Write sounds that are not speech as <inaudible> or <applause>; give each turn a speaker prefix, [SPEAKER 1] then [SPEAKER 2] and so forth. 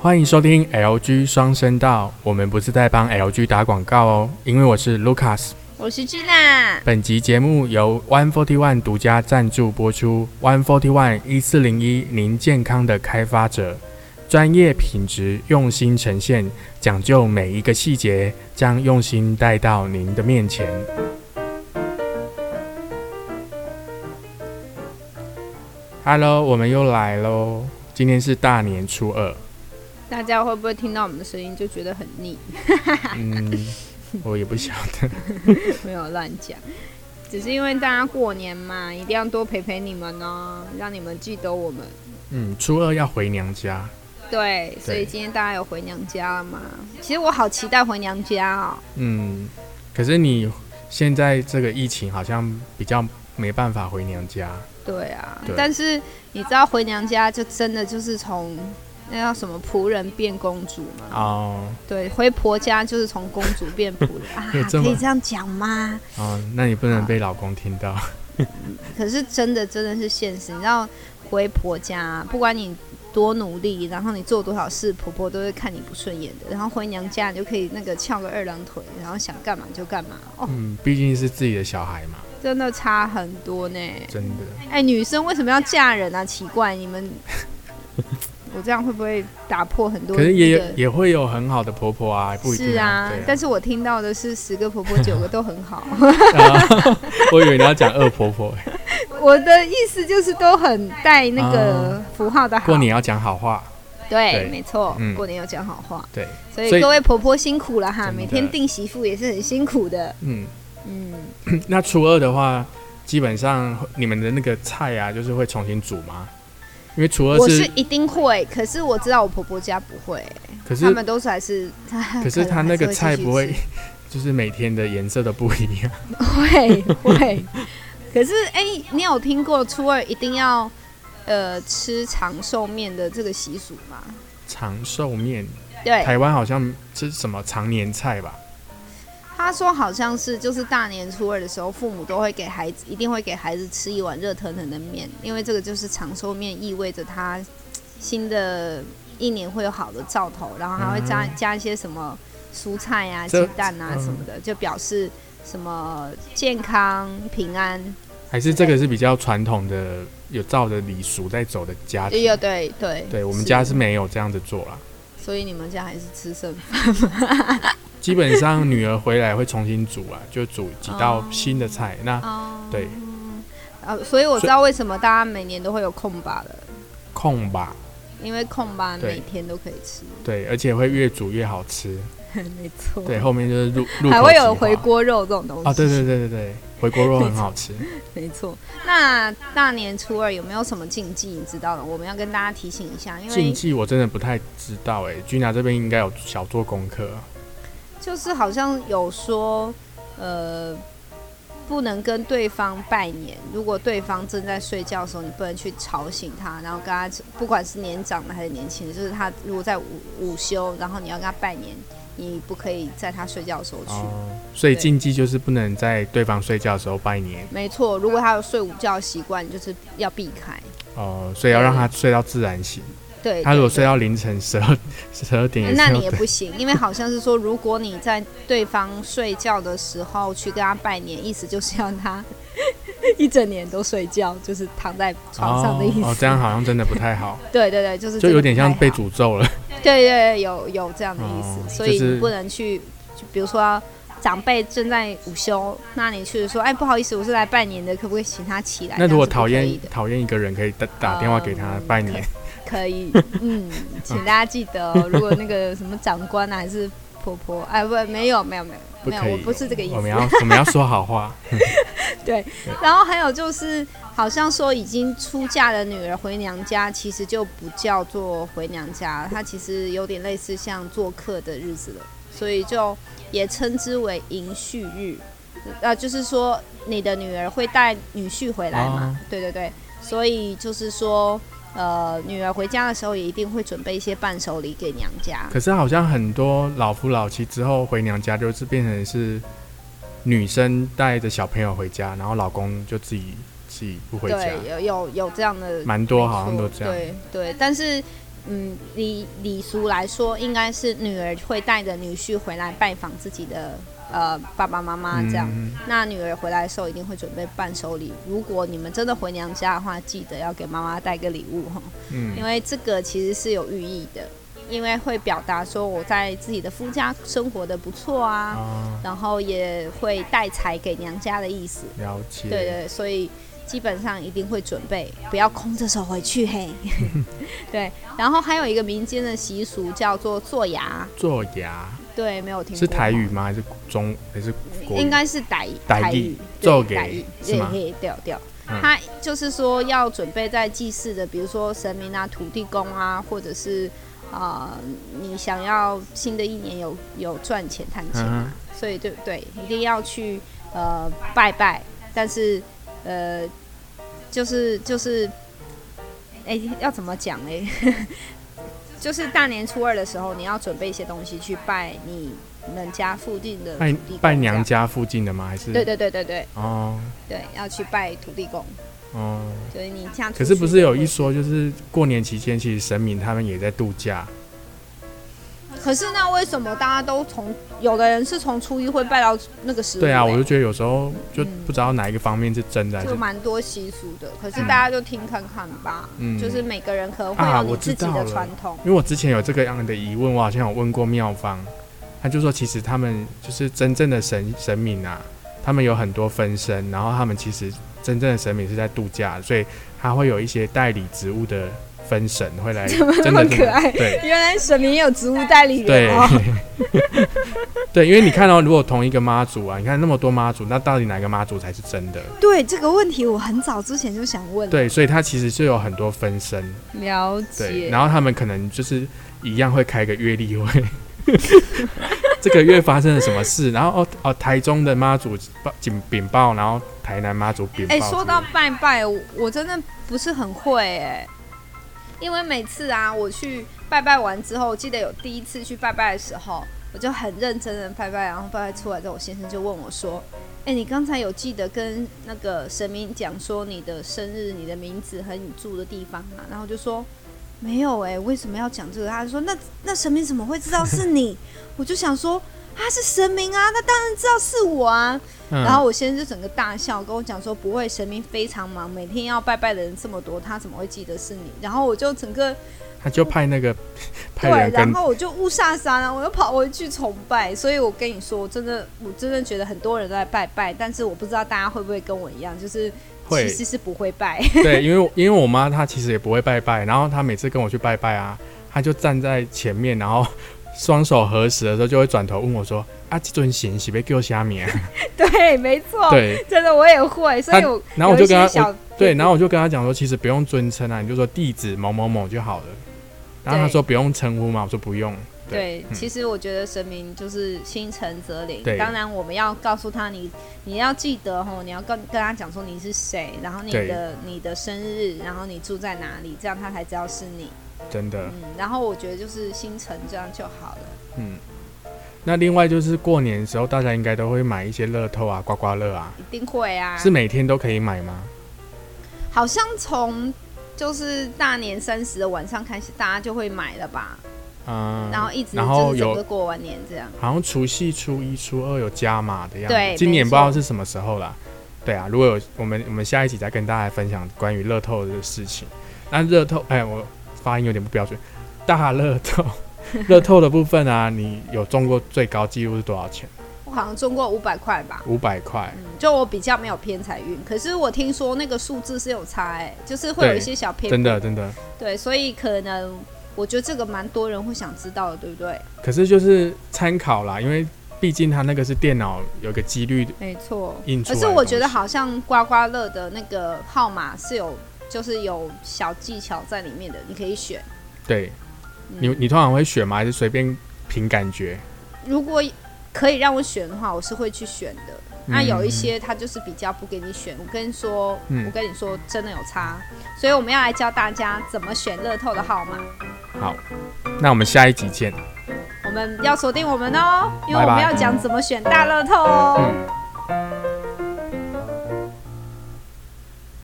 [SPEAKER 1] 欢迎收听 LG 双声道，我们不是在帮 LG 打广告哦，因为我是 Lucas。
[SPEAKER 2] 我是智娜，
[SPEAKER 1] 本集节目由 One Forty One 独家赞助播出。One Forty One 一四零一，您健康的开发者，专业品质，用心呈现，讲究每一个细节，将用心带到您的面前。Hello，我们又来喽！今天是大年初二，
[SPEAKER 2] 大家会不会听到我们的声音就觉得很腻？ <laughs>
[SPEAKER 1] 嗯，我也不晓得。
[SPEAKER 2] 没有乱讲，只是因为大家过年嘛，一定要多陪陪你们哦，让你们记得我们。
[SPEAKER 1] 嗯，初二要回娘家，
[SPEAKER 2] 对，所以今天大家有回娘家了吗？其实我好期待回娘家哦。
[SPEAKER 1] 嗯，可是你现在这个疫情好像比较没办法回娘家，
[SPEAKER 2] 对啊，
[SPEAKER 1] 对
[SPEAKER 2] 但是你知道回娘家就真的就是从那叫什么仆人变公主吗？
[SPEAKER 1] 哦，
[SPEAKER 2] 对，回婆家就是从公主变仆
[SPEAKER 1] <laughs>
[SPEAKER 2] 人啊
[SPEAKER 1] 有，这
[SPEAKER 2] 可
[SPEAKER 1] 么
[SPEAKER 2] 以这样讲吗？
[SPEAKER 1] 哦，那你不能被老公听到，
[SPEAKER 2] 可是真的真的是现实，你知道回婆家，不管你多努力，然后你做多少事，婆婆都会看你不顺眼的。然后回娘家，你就可以那个翘个二郎腿，然后想干嘛就干嘛。哦，
[SPEAKER 1] 嗯，毕竟是自己的小孩嘛，
[SPEAKER 2] 真的差很多呢。
[SPEAKER 1] 真的，
[SPEAKER 2] 哎，女生为什么要嫁人啊？奇怪，
[SPEAKER 1] <laughs>
[SPEAKER 2] 你们，我这样会不会打破很多
[SPEAKER 1] 可
[SPEAKER 2] 人
[SPEAKER 1] 是
[SPEAKER 2] 的？
[SPEAKER 1] 也有也会有很好的婆婆啊，不一定
[SPEAKER 2] 是
[SPEAKER 1] 啊，
[SPEAKER 2] 啊，
[SPEAKER 1] 对啊
[SPEAKER 2] 但是我听到的是十个婆婆九个都很
[SPEAKER 1] <laughs>
[SPEAKER 2] 好，
[SPEAKER 1] 啊我以为你要讲恶婆
[SPEAKER 2] <laughs>
[SPEAKER 1] 婆，
[SPEAKER 2] 我的意思就是都很带那个
[SPEAKER 1] 啊
[SPEAKER 2] 符号的好。
[SPEAKER 1] 过年要讲好话，
[SPEAKER 2] 对，
[SPEAKER 1] 对
[SPEAKER 2] 没错，
[SPEAKER 1] 嗯
[SPEAKER 2] 过年要讲好话。
[SPEAKER 1] 对，所
[SPEAKER 2] 所以
[SPEAKER 1] 以
[SPEAKER 2] 各位婆婆辛苦了哈，
[SPEAKER 1] 真的
[SPEAKER 2] 每天定媳妇也是很辛苦的。
[SPEAKER 1] 嗯，
[SPEAKER 2] 嗯，
[SPEAKER 1] 那初二的话，基本上你们的那个菜啊，就是会重新煮吗？因为初
[SPEAKER 2] 我
[SPEAKER 1] 二
[SPEAKER 2] 是
[SPEAKER 1] 是，
[SPEAKER 2] 一定会，可是我知道我婆婆家不会，
[SPEAKER 1] 可
[SPEAKER 2] 他
[SPEAKER 1] 是
[SPEAKER 2] 们都是还是，
[SPEAKER 1] 可是他那个菜不会
[SPEAKER 2] 可能还是，
[SPEAKER 1] <laughs> 就是每天的颜色都不一样。
[SPEAKER 2] <laughs>
[SPEAKER 1] <laughs>
[SPEAKER 2] 会会。 <laughs> 可是哎、你有听过初二一定要呃吃长寿面的这个习俗吗？
[SPEAKER 1] 长寿面，
[SPEAKER 2] 对，
[SPEAKER 1] 台湾好像是什么常年菜吧？
[SPEAKER 2] 他说好像是就是大年初二的时候，父母都会给孩子一定会给孩子吃一碗热腾腾的面，因为这个就是长寿面，意味着他嘖新的一年会有好的兆头，然后还会加、
[SPEAKER 1] 嗯
[SPEAKER 2] 加一些什么蔬菜啊、
[SPEAKER 1] 这
[SPEAKER 2] 鸡蛋啊
[SPEAKER 1] 嗯
[SPEAKER 2] 什么的，就表示什么健康平安。
[SPEAKER 1] 还是这个是比较传统的，有照着礼俗在走的家
[SPEAKER 2] 对
[SPEAKER 1] 庭？
[SPEAKER 2] 哎对对，
[SPEAKER 1] 对我们家是没有这样子做啦。
[SPEAKER 2] 所以你们家还是吃剩饭。
[SPEAKER 1] 基本上女儿回来会重新煮啊，就煮几道新的菜。那
[SPEAKER 2] 哦
[SPEAKER 1] 对。
[SPEAKER 2] 呃，所以我知道为什么大家每年都会有空吧了，
[SPEAKER 1] 空吧，
[SPEAKER 2] 因为空吧
[SPEAKER 1] 对
[SPEAKER 2] 每天都可以吃。 <laughs>
[SPEAKER 1] 对，而且会越煮越好吃。
[SPEAKER 2] 没错，
[SPEAKER 1] 对，后面就是入入口
[SPEAKER 2] 还会
[SPEAKER 1] 即
[SPEAKER 2] 有
[SPEAKER 1] 化
[SPEAKER 2] 回锅肉这种东西。
[SPEAKER 1] 啊，对对对对对，回锅
[SPEAKER 2] <laughs>
[SPEAKER 1] 肉很好吃。
[SPEAKER 2] 没错。那大年初二有没有什么禁忌？你知道的，我们要跟大家提醒一下，因
[SPEAKER 1] 禁
[SPEAKER 2] 为
[SPEAKER 1] 忌我真的不太知道哎、君娜这边应该有小做功课啊。
[SPEAKER 2] 就是好像有说，呃，不能跟对方拜年。如果对方正在睡觉的时候，你不能去吵醒他，然后跟他呃不管是年长的还是年轻的，就是他如果在午午休，然后你要跟他拜年，你不可以在他睡觉的时候去。
[SPEAKER 1] 哦，所以
[SPEAKER 2] 对
[SPEAKER 1] 禁忌就是不能在对方睡觉的时候拜年
[SPEAKER 2] 没错，如果他有睡午觉的习惯，你就是要避开。
[SPEAKER 1] 哦，所以要让他睡到自然醒。
[SPEAKER 2] 对，
[SPEAKER 1] 他如果
[SPEAKER 2] 对对
[SPEAKER 1] 睡到凌晨十二十二点也是
[SPEAKER 2] 那
[SPEAKER 1] 要
[SPEAKER 2] 你也
[SPEAKER 1] 等。
[SPEAKER 2] 不行，因为好像是说，如果你在对方睡觉的时候去跟他拜年，意思就是要他 <laughs> 一整年都睡觉，就是躺在床上的意思。
[SPEAKER 1] 哦，哦这样好像真的不太好，
[SPEAKER 2] 对对对，就是
[SPEAKER 1] 就
[SPEAKER 2] <laughs> 这个
[SPEAKER 1] 有点像
[SPEAKER 2] 不太
[SPEAKER 1] 被
[SPEAKER 2] 好。
[SPEAKER 1] 诅咒了。
[SPEAKER 2] 对对对，有有这样的意思，
[SPEAKER 1] 哦
[SPEAKER 2] 所
[SPEAKER 1] 就
[SPEAKER 2] 以
[SPEAKER 1] 是
[SPEAKER 2] 你不能去，就比如说长辈正在午休，那你去说，哎，不好意思，我是来拜年的，可不可以请他起来？
[SPEAKER 1] 那如果
[SPEAKER 2] 这样
[SPEAKER 1] 讨
[SPEAKER 2] 是不可以
[SPEAKER 1] 厌
[SPEAKER 2] 的
[SPEAKER 1] 讨厌一个人，可以打打电话给他
[SPEAKER 2] 嗯
[SPEAKER 1] 拜年。<laughs>
[SPEAKER 2] 可以，嗯，请大家记得、哦，如果那个什么长官啊，还是婆婆，哎，不，没有，没有，没有，
[SPEAKER 1] 不
[SPEAKER 2] 没有
[SPEAKER 1] 可，以
[SPEAKER 2] 我不是这个意
[SPEAKER 1] 我
[SPEAKER 2] 思
[SPEAKER 1] 们。要我们要说好话，
[SPEAKER 2] 然后还有就是，好像说已经出嫁的女儿回娘家，其实就不叫做回娘家，它其实有点类似像做客的日子了，所以就也称之为迎婿日。呃，就是说你的女儿会带女婿回来
[SPEAKER 1] 啊
[SPEAKER 2] 嘛？对对对，所以就是说。呃，女儿回家的时候也一定会准备一些伴手礼给娘家。
[SPEAKER 1] 可是好像很多老夫老妻之后回娘家，就是变成是女生带着小朋友回家，然后老公就自己自己不回家，
[SPEAKER 2] 对，有有有这样的
[SPEAKER 1] 蛮多好像都这样。
[SPEAKER 2] 对对，但是嗯礼礼俗来说，应该是女儿会带着女婿回来拜访自己的呃爸爸
[SPEAKER 1] 嗯
[SPEAKER 2] 妈妈这样。那女儿回来的时候一定会准备伴手礼。如果你们真的回娘家的话，记得要给妈妈带个礼物哈，
[SPEAKER 1] 嗯
[SPEAKER 2] 因为这个其实是有寓意的，因为会表达说我在自己的夫家生活的不错啊，
[SPEAKER 1] 啊，
[SPEAKER 2] 然后也会带财给娘家的意思。
[SPEAKER 1] 了解。
[SPEAKER 2] 对对，所以基本上一定会准备，不要空着手回去
[SPEAKER 1] <laughs>
[SPEAKER 2] 嘿。对，然后还有一个民间的习俗叫做做牙，
[SPEAKER 1] 做牙
[SPEAKER 2] 对，没有听过
[SPEAKER 1] 是台语，吗？还是中还是国语？
[SPEAKER 2] 应该是傣
[SPEAKER 1] 傣
[SPEAKER 2] 傣
[SPEAKER 1] 语
[SPEAKER 2] 语，
[SPEAKER 1] 做
[SPEAKER 2] 对傣
[SPEAKER 1] 给
[SPEAKER 2] 语，
[SPEAKER 1] 是
[SPEAKER 2] 对
[SPEAKER 1] 吗
[SPEAKER 2] 嘿掉掉。
[SPEAKER 1] 嗯
[SPEAKER 2] 他就是说要准备在祭祀的，比如说神明啊、土地公啊，或者是啊、呃你想要新的一年有有赚钱探钱
[SPEAKER 1] 嗯
[SPEAKER 2] 啊，所以对不对？一定要去呃拜拜，但是呃，就是就是，哎、要怎么讲嘞？ <laughs> 就是大年初二的时候，你要准备一些东西去拜你们家附近的
[SPEAKER 1] 拜
[SPEAKER 2] 土地公
[SPEAKER 1] 拜娘
[SPEAKER 2] 这样。
[SPEAKER 1] 家附近的吗？还是
[SPEAKER 2] 对对对对对
[SPEAKER 1] 哦
[SPEAKER 2] 对，要去拜土地公，
[SPEAKER 1] 哦。
[SPEAKER 2] 所以你这样。
[SPEAKER 1] 可是不是有啊一说，就是过年期间，其实神明他们也在度假，
[SPEAKER 2] 可是那为什么大家都从有的人是从初一会拜到那个十五、
[SPEAKER 1] 对啊，
[SPEAKER 2] 欸
[SPEAKER 1] 我就觉得有时候就
[SPEAKER 2] 嗯
[SPEAKER 1] 不知道哪一个方面是真的还是
[SPEAKER 2] 就蛮多习俗的。可是大家就听看看吧，
[SPEAKER 1] 嗯
[SPEAKER 2] 就是每个人可能会
[SPEAKER 1] 啊
[SPEAKER 2] 有
[SPEAKER 1] 我
[SPEAKER 2] 你
[SPEAKER 1] 知
[SPEAKER 2] 自己
[SPEAKER 1] 道
[SPEAKER 2] 的
[SPEAKER 1] 了
[SPEAKER 2] 传统。
[SPEAKER 1] 因为我之前有这个样的疑问，我好像有问过妙方，他就说其实他们就是真正的神神明啊，他们有很多分身，然后他们其实真正的神明是在度假，所以他会有一些代理职务的分神会
[SPEAKER 2] <laughs>
[SPEAKER 1] 来，
[SPEAKER 2] 怎么那
[SPEAKER 1] 真的
[SPEAKER 2] 么
[SPEAKER 1] 真
[SPEAKER 2] 可
[SPEAKER 1] 的
[SPEAKER 2] 爱
[SPEAKER 1] 对
[SPEAKER 2] 原来神明也有植物代理
[SPEAKER 1] 对 <laughs>
[SPEAKER 2] 人哦，
[SPEAKER 1] 对，因为你看到、如果同一个妈祖啊，你看那么多妈祖，那到底哪个妈祖才是真的？
[SPEAKER 2] 对这个问题，我很早之前就想问了。
[SPEAKER 1] 对，所以他其实就有很多分身，
[SPEAKER 2] 了
[SPEAKER 1] 对，
[SPEAKER 2] 解。
[SPEAKER 1] 然后他们可能就是一样会开个月例
[SPEAKER 2] <laughs>
[SPEAKER 1] 会，这个月发生了什么事，然后哦哦，台中的妈祖报警禀报，然后台南妈祖禀报之
[SPEAKER 2] 哎、
[SPEAKER 1] 类的。
[SPEAKER 2] 说到拜拜，我我真的不是很会哎、因为每次啊，我去拜拜完之后，我记得有第一次去拜拜的时候，我就很认真的拜拜，然后拜拜出来之后，我先生就问我说：“哎、你刚才有记得跟那个神明讲说你的生日、你的名字和你住的地方吗？”然后我就说。没有哎、为什么要讲这个？他就说那那神明怎么会知道是你？ <laughs> 我就想说他是神明啊，那当然知道是我啊。
[SPEAKER 1] 嗯，
[SPEAKER 2] 然后我先生就整个大笑，跟我讲说不会，神明非常忙，每天要拜拜的人这么多，他怎么会记得是你？然后我就整个
[SPEAKER 1] 他就派那个
[SPEAKER 2] <laughs>
[SPEAKER 1] 派
[SPEAKER 2] 对
[SPEAKER 1] 人，
[SPEAKER 2] 然
[SPEAKER 1] 跟
[SPEAKER 2] 后我就雾煞煞了，我又跑回去崇拜。所以我跟你说，我真的，我真的觉得很多人都在拜拜，但是我不知道大家会不会跟我一样，就是
[SPEAKER 1] 会
[SPEAKER 2] 其实是不会拜。 <laughs>
[SPEAKER 1] 对，因为我因为我妈她其实也不会拜拜，然后她每次跟我去拜拜啊，她就站在前面，然后双手合十的时候就会转头问我说：“啊，这尊神是被给我虾米啊
[SPEAKER 2] 对，没？”错，
[SPEAKER 1] 对
[SPEAKER 2] 真的我也会，所以
[SPEAKER 1] 他
[SPEAKER 2] 我
[SPEAKER 1] 然后我就
[SPEAKER 2] 有一些
[SPEAKER 1] 跟他
[SPEAKER 2] 小
[SPEAKER 1] 对，然后我就跟她讲说，其实不用尊称啊，你就说地址某某某就好了。然后她
[SPEAKER 2] 对
[SPEAKER 1] 说不用称呼嘛，我说不用。
[SPEAKER 2] 对，
[SPEAKER 1] 嗯
[SPEAKER 2] 其实我觉得神明就是心诚则灵
[SPEAKER 1] 对。
[SPEAKER 2] 当然，我们要告诉他你，你要记得吼，你要跟跟他讲说你是谁，然后你
[SPEAKER 1] 对
[SPEAKER 2] 的你的生日，然后你住在哪里，这样他才知道是你。
[SPEAKER 1] 真的
[SPEAKER 2] 嗯，，然后我觉得就是心诚这样就好了。
[SPEAKER 1] 嗯。那另外就是过年的时候，大家应该都会买一些乐透啊、刮刮乐啊，
[SPEAKER 2] 一定会啊。
[SPEAKER 1] 是每天都可以买吗？
[SPEAKER 2] 好像从就是大年三十的晚上开始，大家就会买了吧，
[SPEAKER 1] 嗯，
[SPEAKER 2] 然后一直
[SPEAKER 1] 然后
[SPEAKER 2] 就是整个
[SPEAKER 1] 有
[SPEAKER 2] 过完年这样。
[SPEAKER 1] 好像除夕、初一、初二有加码的样子
[SPEAKER 2] 对，
[SPEAKER 1] 今年
[SPEAKER 2] 没
[SPEAKER 1] 不知
[SPEAKER 2] 错
[SPEAKER 1] 道是什么时候啦。对啊，如果有我们我们下一集再跟大家分享关于乐透的事情。那乐透，哎，我发音有点不标准，大乐透。 <laughs> 乐透的部分啊，你有中过最高纪录是多少钱？
[SPEAKER 2] 我好像中过五百块吧。
[SPEAKER 1] 五百块。
[SPEAKER 2] 嗯就我比较没有偏财运，可是我听说那个数字是有差、欸，就是会有
[SPEAKER 1] 对
[SPEAKER 2] 一些小偏
[SPEAKER 1] 真的真的。
[SPEAKER 2] 对，所以可能我觉得这个蛮多人会想知道的，对不对？
[SPEAKER 1] 可是就是参考啦，因为毕竟它那个是电脑有个几率
[SPEAKER 2] 没错。
[SPEAKER 1] 印出
[SPEAKER 2] 可
[SPEAKER 1] 来的东西。
[SPEAKER 2] 是我觉得好像刮刮乐的那个号码是有，就是有小技巧在里面的，你可以选。
[SPEAKER 1] 对，
[SPEAKER 2] 嗯
[SPEAKER 1] 你你通常会选吗？还是随便凭感觉？
[SPEAKER 2] 如果可以让我选的话，我是会去选的。那
[SPEAKER 1] 嗯
[SPEAKER 2] 有一些他就是比较不给你选，我跟你说，
[SPEAKER 1] 嗯
[SPEAKER 2] 我跟你说真的有差，所以我们要来教大家怎么选乐透的号码。
[SPEAKER 1] 那我们下一集见。
[SPEAKER 2] 我们要锁定我们哦，因为我
[SPEAKER 1] 拜
[SPEAKER 2] 们
[SPEAKER 1] 拜
[SPEAKER 2] 要讲怎么选大乐透哦。
[SPEAKER 1] 嗯